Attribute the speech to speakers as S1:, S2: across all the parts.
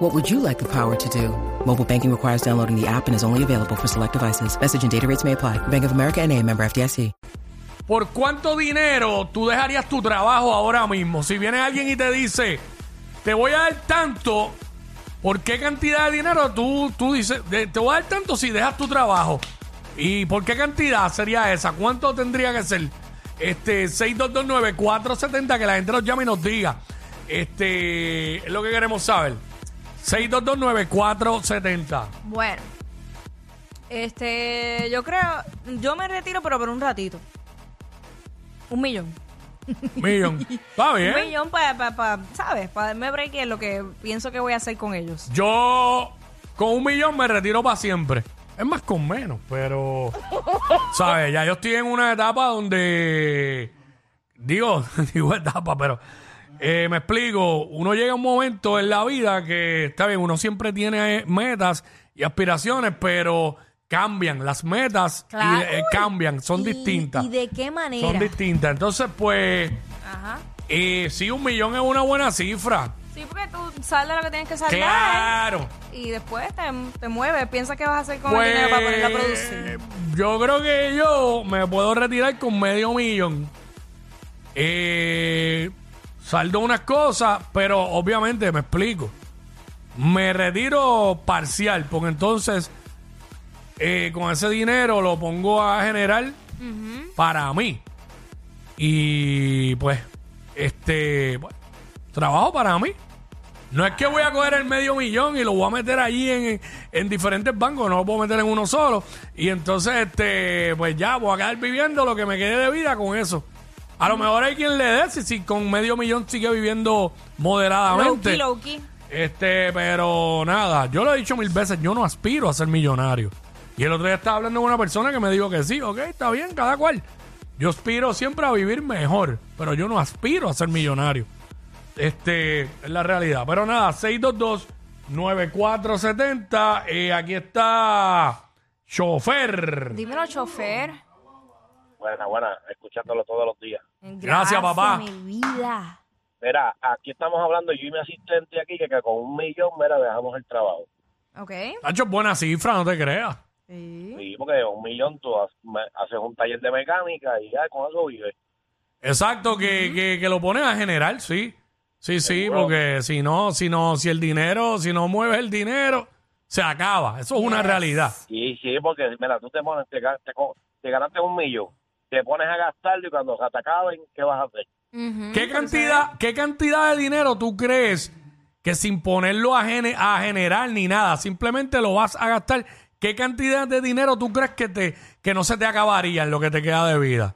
S1: What would you like the power to do? Mobile banking requires downloading the app and is only available for select devices. Message and data rates may apply. Bank of America and a member FDIC.
S2: ¿Por cuánto dinero tú dejarías tu trabajo ahora mismo? Si viene alguien y te dice, te voy a dar tanto, ¿por qué cantidad de dinero tú, tú dices, de- te voy a dar tanto si dejas tu trabajo? ¿Y por qué cantidad sería esa? ¿Cuánto tendría que ser? Este, 6229-470, que la gente nos llame y nos diga. Este, es lo que queremos saber. 6229-470.
S3: Bueno, este, yo creo, yo me retiro, pero por un ratito. Un millón.
S2: Millón. Está bien.
S3: Un millón para, ¿sabes? Para darme break en lo que pienso que voy a hacer con ellos.
S2: Yo con un millón me retiro para siempre. Es más con menos, pero. ¿Sabes? Ya yo estoy en una etapa donde. Digo, digo etapa, pero. eh, me explico. Uno llega a un momento en la vida que, está bien, uno siempre tiene eh, metas y aspiraciones, pero cambian. Las metas y,
S3: Claro.
S2: eh, cambian, son
S3: ¿Y-
S2: distintas.
S3: ¿Y de qué manera?
S2: son distintas. Entonces, pues.
S3: Ajá.
S2: Eh, sí, un millón es una buena cifra.
S3: Sí, porque tú sales lo que tienes que salir
S2: Claro.
S3: y después te, te mueves. Piensa que vas a hacer con el dinero
S2: Pues,
S3: para ponerla a producir.
S2: Yo creo que yo me puedo retirar con medio millón. Eh, saldo unas cosas, pero obviamente me explico. Me retiro parcial, porque entonces eh, con ese dinero lo pongo a generar para mí. Y pues, este, bueno, trabajo para mí. No es que voy
S3: Ah.
S2: a coger el medio millón y lo voy a meter allí en, en diferentes bancos, no lo puedo meter en uno solo. Y entonces, este, pues ya, voy a quedar viviendo lo que me quede de vida con eso. A lo mejor hay quien le dé, si, si con medio millón sigue viviendo moderadamente.
S3: Lowkey, lowkey.
S2: Este, pero nada, yo lo he dicho mil veces, yo no aspiro a ser millonario. Y el otro día estaba hablando con una persona que me dijo que sí, ok, está bien, cada cual. Yo aspiro siempre a vivir mejor, pero yo no aspiro a ser millonario. Este, es la realidad. Pero nada, 622-9470, eh, aquí está chofer.
S3: Dímelo, chofer.
S4: Buena, buena, escuchándolo todos los días.
S2: Gracias, papá.
S3: Mi vida.
S4: Mira, aquí estamos hablando yo y mi asistente aquí, que, que con un millón, mira, dejamos el trabajo.
S3: Ok.
S2: Tacho, es buena cifra, no te creas.
S3: Sí.
S4: Sí, porque un millón tú ha- me- haces un taller de mecánica y ya con eso vives.
S2: Exacto, que, que- que lo pones a generar, sí. Sí, sí,
S4: Seguro.
S2: porque si no, si no, si el dinero, si no mueves el dinero, se acaba. Eso es una realidad.
S4: Y sí, porque mira, tú te pones, te, ga- te, co- te ganaste un millón, te pones a gastarlo y cuando se te acaben, ¿qué vas a hacer?
S3: Ujú,
S2: ¿Qué
S3: tú
S2: cantidad, ¿Qué cantidad de dinero tú crees que sin ponerlo a, gene- a generar ni nada, simplemente lo vas a gastar? ¿Qué cantidad de dinero tú crees que te que no se te acabaría en lo que te queda de vida?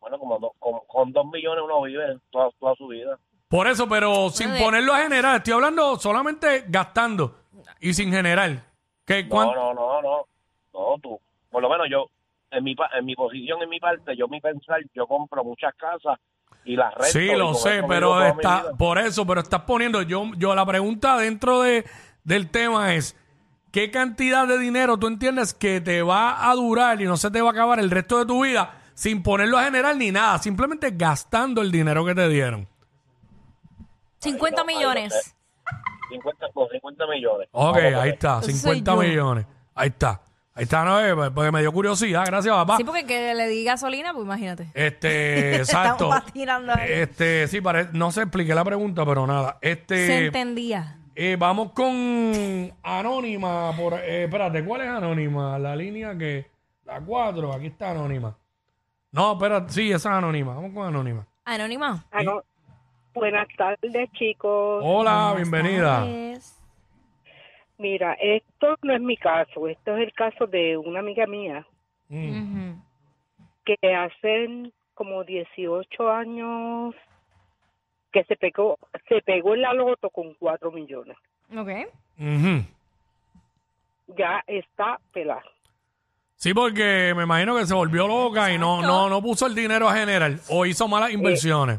S4: Bueno, como do- con, con dos millones uno vive toda, toda su vida.
S2: Por eso, pero sin
S3: de-
S2: ponerlo a generar, estoy hablando solamente gastando y sin generar. ¿Qué, cuán-
S4: No, no, no, no, no, tú. Por lo menos yo, en mi, pa- en mi posición, en mi parte, yo mi pensar, yo compro muchas casas y las rento.
S2: Sí,
S4: y
S2: lo
S4: con
S2: sé,
S4: eso vivo
S2: pero
S4: toda mi
S2: está,
S4: vida.
S2: por eso, pero estás poniendo, yo, yo la pregunta dentro de, del tema es, ¿qué cantidad de dinero tú entiendes que te va a durar y no se te va a acabar el resto de tu vida sin ponerlo a generar ni nada, simplemente gastando el dinero que te dieron?
S3: sabes. 50
S4: Ahí lo- ahí lo sé.
S3: millones.
S4: 50, con 50 millones.
S2: Ok,
S4: Vamos a
S2: ahí
S4: poner.
S2: está,
S3: Soy
S2: 50
S3: yo.
S2: millones, ahí está, ahí está, no, eh, porque me dio curiosidad, gracias papá.
S3: Sí, porque que le di gasolina, pues imagínate.
S2: Este, exacto.
S3: Estamos patinando ahí.
S2: Este, sí, pare- no se expliqué la pregunta, pero nada. Este,
S3: Se entendía.
S2: Eh, vamos con Anónima. Por, eh, espérate, ¿cuál es Anónima? La línea que. La 4, aquí está Anónima. No, espérate, sí, esa es Anónima. Vamos con Anónima.
S3: Anónima.
S5: Ah, no. Buenas tardes, chicos.
S2: Hola,
S3: Buenas
S2: Ah, bienvenida.
S3: tardes.
S5: Mira, esto no es mi caso, esto es el caso de una amiga mía
S2: Mm.
S3: Ujú.
S5: que hace como 18 años que se pegó, se pegó en la loto con 4 millones.
S3: Ok.
S2: Ujú.
S5: Ya está pelada.
S2: Sí, porque me imagino que se volvió loca y no, no, no puso el dinero a generar o hizo malas inversiones.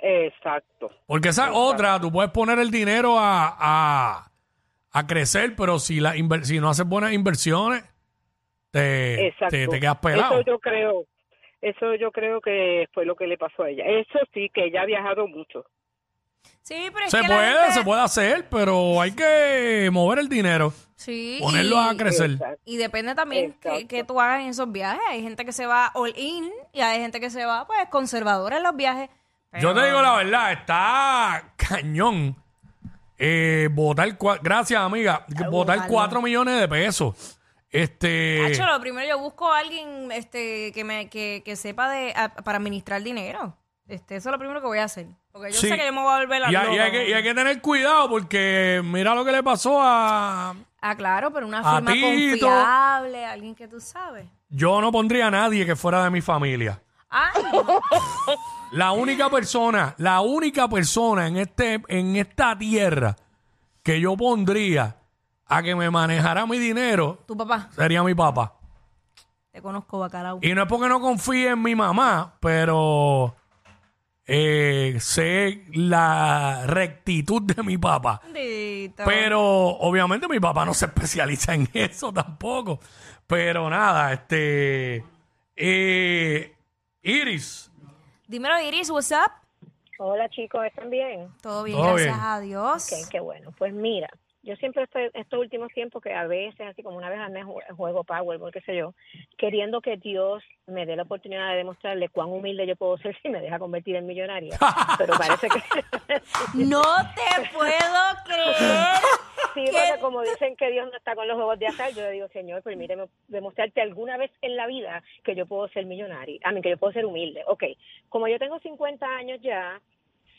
S5: Exacto.
S2: Porque esa es otra, tú puedes poner el dinero a, a, a crecer, pero si, la inver- si no haces buenas inversiones, te,
S5: Exacto.
S2: te, te quedas pelado.
S5: Eso yo creo, eso yo creo que fue lo que le pasó a ella. Eso sí, que ella ha viajado mucho.
S3: Sí, pero es
S2: Se
S3: que la
S2: puede,
S3: gente-
S2: se puede hacer, pero hay que mover el dinero,
S3: Sí,
S2: ponerlo
S3: y-
S2: a crecer.
S5: Exacto.
S3: Y depende también que,
S5: Exacto.
S3: que tú hagas en esos viajes. Hay gente que se va all in y hay gente que se va pues conservadora en los viajes.
S2: Yo te digo la verdad, está cañón. Eh, votar, gracias amiga, votar
S3: ojalá.
S2: 4 millones de pesos. Este,
S3: Hacho, lo primero yo busco a alguien este, que, me, que, que sepa de, a- para administrar dinero. Este, eso es lo primero que voy a hacer. Porque yo
S2: Sí.
S3: sé que yo me voy a volver a
S2: y, hay- y hay que, y hay que tener cuidado porque mira lo que le pasó a...
S3: Ah, claro, pero una
S2: A
S3: firma
S2: Tito.
S3: confiable, alguien que tú sabes.
S2: Yo no pondría a nadie que fuera de mi familia.
S3: Ay,
S2: La única persona, la única persona en, este, en esta tierra que yo pondría a que me manejara mi dinero
S3: tu papá,
S2: sería mi papá.
S3: te conozco, bacalao.
S2: Y no es porque no confíe en mi mamá, pero eh, sé la rectitud de mi papá.
S3: Bendito.
S2: Pero obviamente mi papá no se especializa en eso tampoco. Pero nada, este... eh, Iris,
S3: Dímelo, Iris, what's up?
S6: Hola chicos, ¿están bien?
S3: Todo bien,
S2: Todo
S3: gracias
S2: bien.
S3: a Dios.
S6: Ok, qué bueno. Pues mira, yo siempre estoy, estos últimos tiempos que a veces, así como una vez al mes ju- juego Powerball, qué sé yo, queriendo que Dios me dé la oportunidad de demostrarle cuán humilde yo puedo ser si me deja convertir en millonaria. Pero parece que
S3: No te puedo creer.
S6: sí, porque como dicen que Dios no está con los juegos de azar, yo le digo, Señor, permíteme demostrarte alguna vez en la vida que yo puedo ser millonaria, a mí que yo puedo ser humilde. Ok, como yo tengo 50 años ya,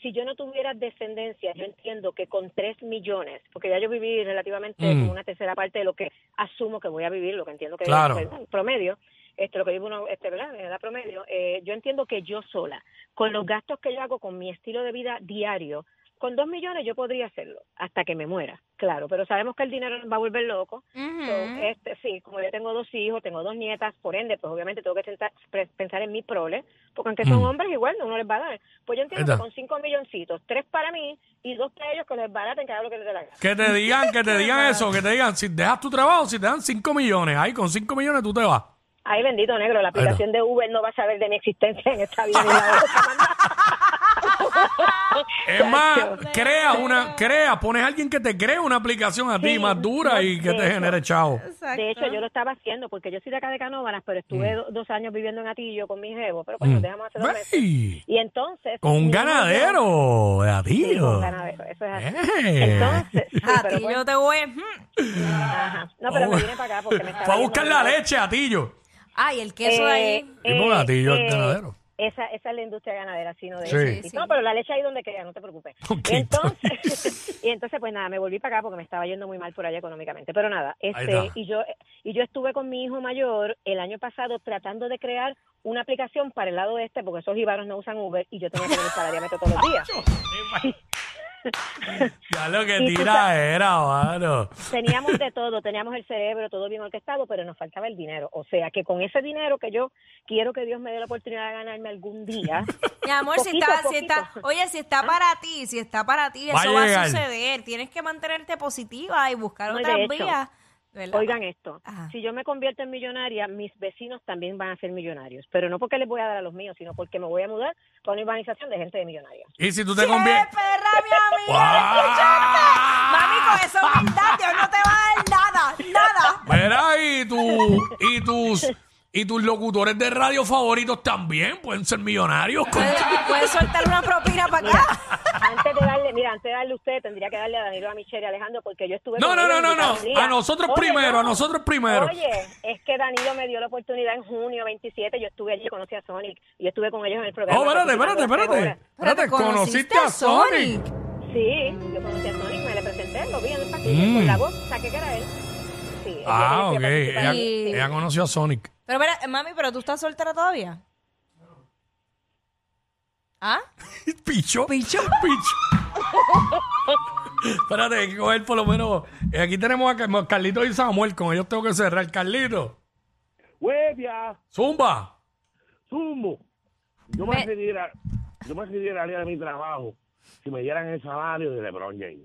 S6: si yo no tuviera descendencia, yo entiendo que con 3 millones, porque ya yo viví relativamente
S2: Mm.
S6: como una tercera parte de lo que asumo que voy a vivir, lo que entiendo que
S2: Claro.
S6: es el este, pues, promedio, este, lo que vive uno, este, ¿verdad? En edad promedio, eh, yo entiendo que yo sola, con los gastos que yo hago, con mi estilo de vida diario, con 2 millones yo podría hacerlo hasta que me muera, claro, pero sabemos que el dinero nos va a volver loco,
S3: Ujú.
S6: So, este, sí, como yo tengo dos hijos, tengo dos nietas, por ende, pues obviamente tengo que tentar- pre- pensar en mis proles, porque aunque son
S2: Mm.
S6: hombres, igual no uno les va a dar. Pues yo entiendo
S2: ¿Verdad?
S6: que con cinco milloncitos, tres para mí y dos para ellos que les baraten cada lo que les dé la gana.
S2: Que te digan, que te digan eso, que te digan, si dejas tu trabajo, si te dan 5 millones, ahí con 5 millones tú te vas.
S6: Ay, bendito negro, la aplicación de Uber no va a saber de mi existencia en esta vida. ni la otra.
S2: Es más,
S6: Chacho.
S2: creas una, creas, pones a alguien que te cree una aplicación a ti
S6: Sí,
S2: más dura
S6: no,
S2: y que te
S6: eso.
S2: genere chavo.
S3: Exacto.
S6: De hecho, yo lo estaba haciendo porque yo soy de acá de Canóvanas, pero estuve
S2: Mm.
S6: do- dos años viviendo en Atillo con mi jevo, pero pues nos dejamos hace dos meses.
S2: ¡Ey!
S6: Y entonces...
S2: Mm. Con un
S6: mi novio-
S2: ganadero, de
S6: Sí, con
S2: adiós.
S6: un ganadero, eso es así.
S2: ¡Eh!
S6: Entonces, sí,
S3: A
S6: pero
S3: ti
S6: bueno,
S3: yo te voy. ujú.
S6: Ajá. No, pero me vine para acá porque me
S2: Oh.
S6: estaba.
S2: Fue a
S6: yendo
S2: buscar
S6: de
S2: la
S6: lado.
S2: leche, a Tillo.
S3: Ay, el queso de ahí.
S2: Y por gatillo, el ganadero.
S6: Eh, Esa, esa es la industria ganadera, sino de
S2: Sí.
S6: eso, sí,
S3: Sí,
S6: No,
S3: sí.
S6: pero la leche ahí donde queda, no te preocupes.
S2: Ok.
S6: Y entonces, y entonces, pues nada, me volví para acá porque me estaba yendo muy mal por allá económicamente. Pero nada, este,
S2: está.
S6: y yo, y yo estuve con mi hijo mayor el año pasado tratando de crear una aplicación para el lado este, porque esos jibaros no usan Uber y yo tengo que revisar diámetro todos los días.
S2: Ya lo que
S6: Y tú
S2: tira era, mano.
S6: teníamos de todo, teníamos el cerebro, todo bien orquestado, pero nos faltaba el dinero. O sea, que con ese dinero que yo quiero que Dios me dé la oportunidad de ganarme algún día,
S3: Mi amor, si
S6: Poquito,
S3: está, si
S6: poquito. Ah.
S3: está, oye, si está para ti, si está para ti,
S2: Va a
S3: eso va
S2: llegar.
S3: a suceder. Tienes que mantenerte positiva y buscar
S6: No, y de
S3: otras
S6: hecho,
S3: vías. ¿verdad?
S6: oigan esto,
S2: Ah.
S3: Ajá.
S6: si yo me convierto en millonaria, mis vecinos también van a ser millonarios, pero no porque les voy a dar a los míos, sino porque me voy a mudar a una urbanización de gente de millonarios.
S2: Y si tú te
S3: ¡Qué
S2: conviertes.
S3: perra, mi amiga! Mami, con esa humildad, Dios no te va a dar nada, nada.
S2: Verá, y, tu- y tus y tus locutores de radio favoritos también pueden ser millonarios. con-
S3: Puedes, puedes soltar una propina para acá.
S6: Antes de darle, mira, antes de darle a usted, tendría que darle a Danilo, a Michelle y a Alejandro, porque yo estuve...
S2: No,
S6: con
S2: no,
S6: ellos
S2: no, no,
S6: en
S2: no.
S6: Italia.
S2: A nosotros
S6: Oye,
S2: primero,
S6: no.
S2: a nosotros primero.
S6: Oye, es que Danilo me dio la oportunidad en junio 27, yo estuve allí, conocí a Sonic, y yo estuve con ellos en el programa.
S2: Oh, espérate,
S6: Participando
S2: espérate,
S6: tres
S2: espérate.
S6: horas.
S2: Espérate, conociste a Sonic.
S6: Sí, yo conocí a Sonic, me le presenté, lo vi en el paquillo,
S2: Mm.
S6: con la voz, saqué que era él. Sí,
S2: Ah,
S6: yo
S2: ok.
S6: quería participar.
S2: Ella,
S3: Sí.
S2: ella conoció a Sonic.
S3: Pero mira, eh, mami, pero tú estás soltera todavía. ¿Ah?
S2: Picho. Picho. Picho. Espérate, hay que coger por lo menos. eh, aquí tenemos a Car- Carlito y Samuel. Con ellos tengo que cerrar. Carlito.
S7: previa,
S2: Zumba.
S7: zumbo. Yo me
S3: Ve-
S7: retira- yo me retiraría de mi trabajo si me dieran el salario de LeBron James.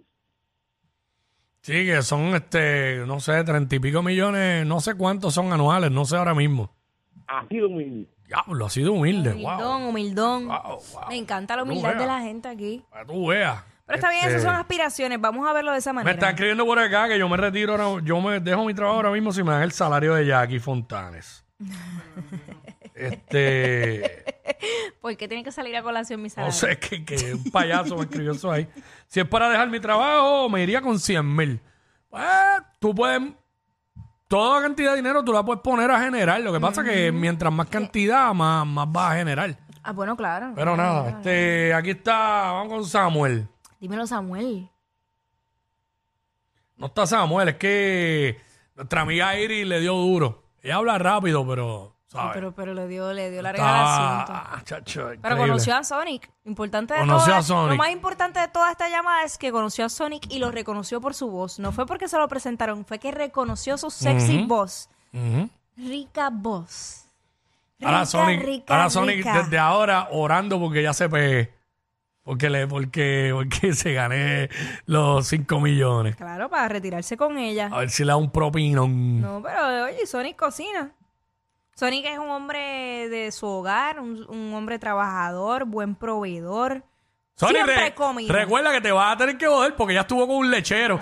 S2: Sí, que son, este, no sé, treinta y pico millones, no sé cuántos son anuales, no sé ahora mismo.
S7: Así de humilde.
S2: Diablo, ha sido humilde, wow.
S3: Humildón, humildón.
S2: Wow, wow.
S3: Me encanta la
S2: Tú
S3: humildad de
S2: veas.
S3: la gente aquí.
S2: Para que tú veas.
S3: Pero está bien,
S2: Este,
S3: esas son aspiraciones. Vamos a verlo de esa
S2: Me están
S3: manera.
S2: escribiendo por acá que yo me retiro, ahora- yo me dejo mi trabajo ahora mismo si me dan el salario de Jackie Fontanes. este,
S3: ¿Por qué tiene que salir a colación mi
S2: no
S3: salario?
S2: sé, que, que un payaso me escribió eso ahí. Si es para dejar mi trabajo, me iría con 100 mil. Pues, tú puedes, toda cantidad de dinero tú la puedes poner a generar. Lo que pasa que mientras más cantidad, más, más vas a generar.
S3: Ah, bueno, claro.
S2: Pero
S3: Ah.
S2: nada, este, aquí está, vamos con Samuel.
S3: Dímelo, Samuel.
S2: No está Samuel, es que nuestra amiga Iris le dio duro. Ella habla rápido, pero, ¿sabes?
S3: Pero, pero le dio, le dio la
S2: Está-
S3: regalación.
S2: ah, chacho,
S3: Pero
S2: increíble.
S3: conoció a Sonic. Importante de
S2: Conoció
S3: toda-
S2: a Sonic.
S3: Lo más importante de toda esta llamada es que conoció a Sonic y lo reconoció por su voz. No fue porque se lo presentaron, fue que reconoció su sexy voz.
S2: Ujú.
S3: Rica voz. Rica,
S2: Ahora Sonic,
S3: rica,
S2: ahora Sonic
S3: rica.
S2: desde ahora orando porque ya se pegue. Porque, le, porque, porque se gané los 5 millones.
S3: Claro, para retirarse con ella.
S2: A ver si le da un propinón.
S3: No, pero oye, Sonic cocina. Sonic es un hombre de su hogar, un, un hombre trabajador, buen proveedor.
S2: Sonic,
S3: Siempre
S2: re-
S3: comida.
S2: recuerda que te vas a tener que joder porque ya estuvo con un lechero.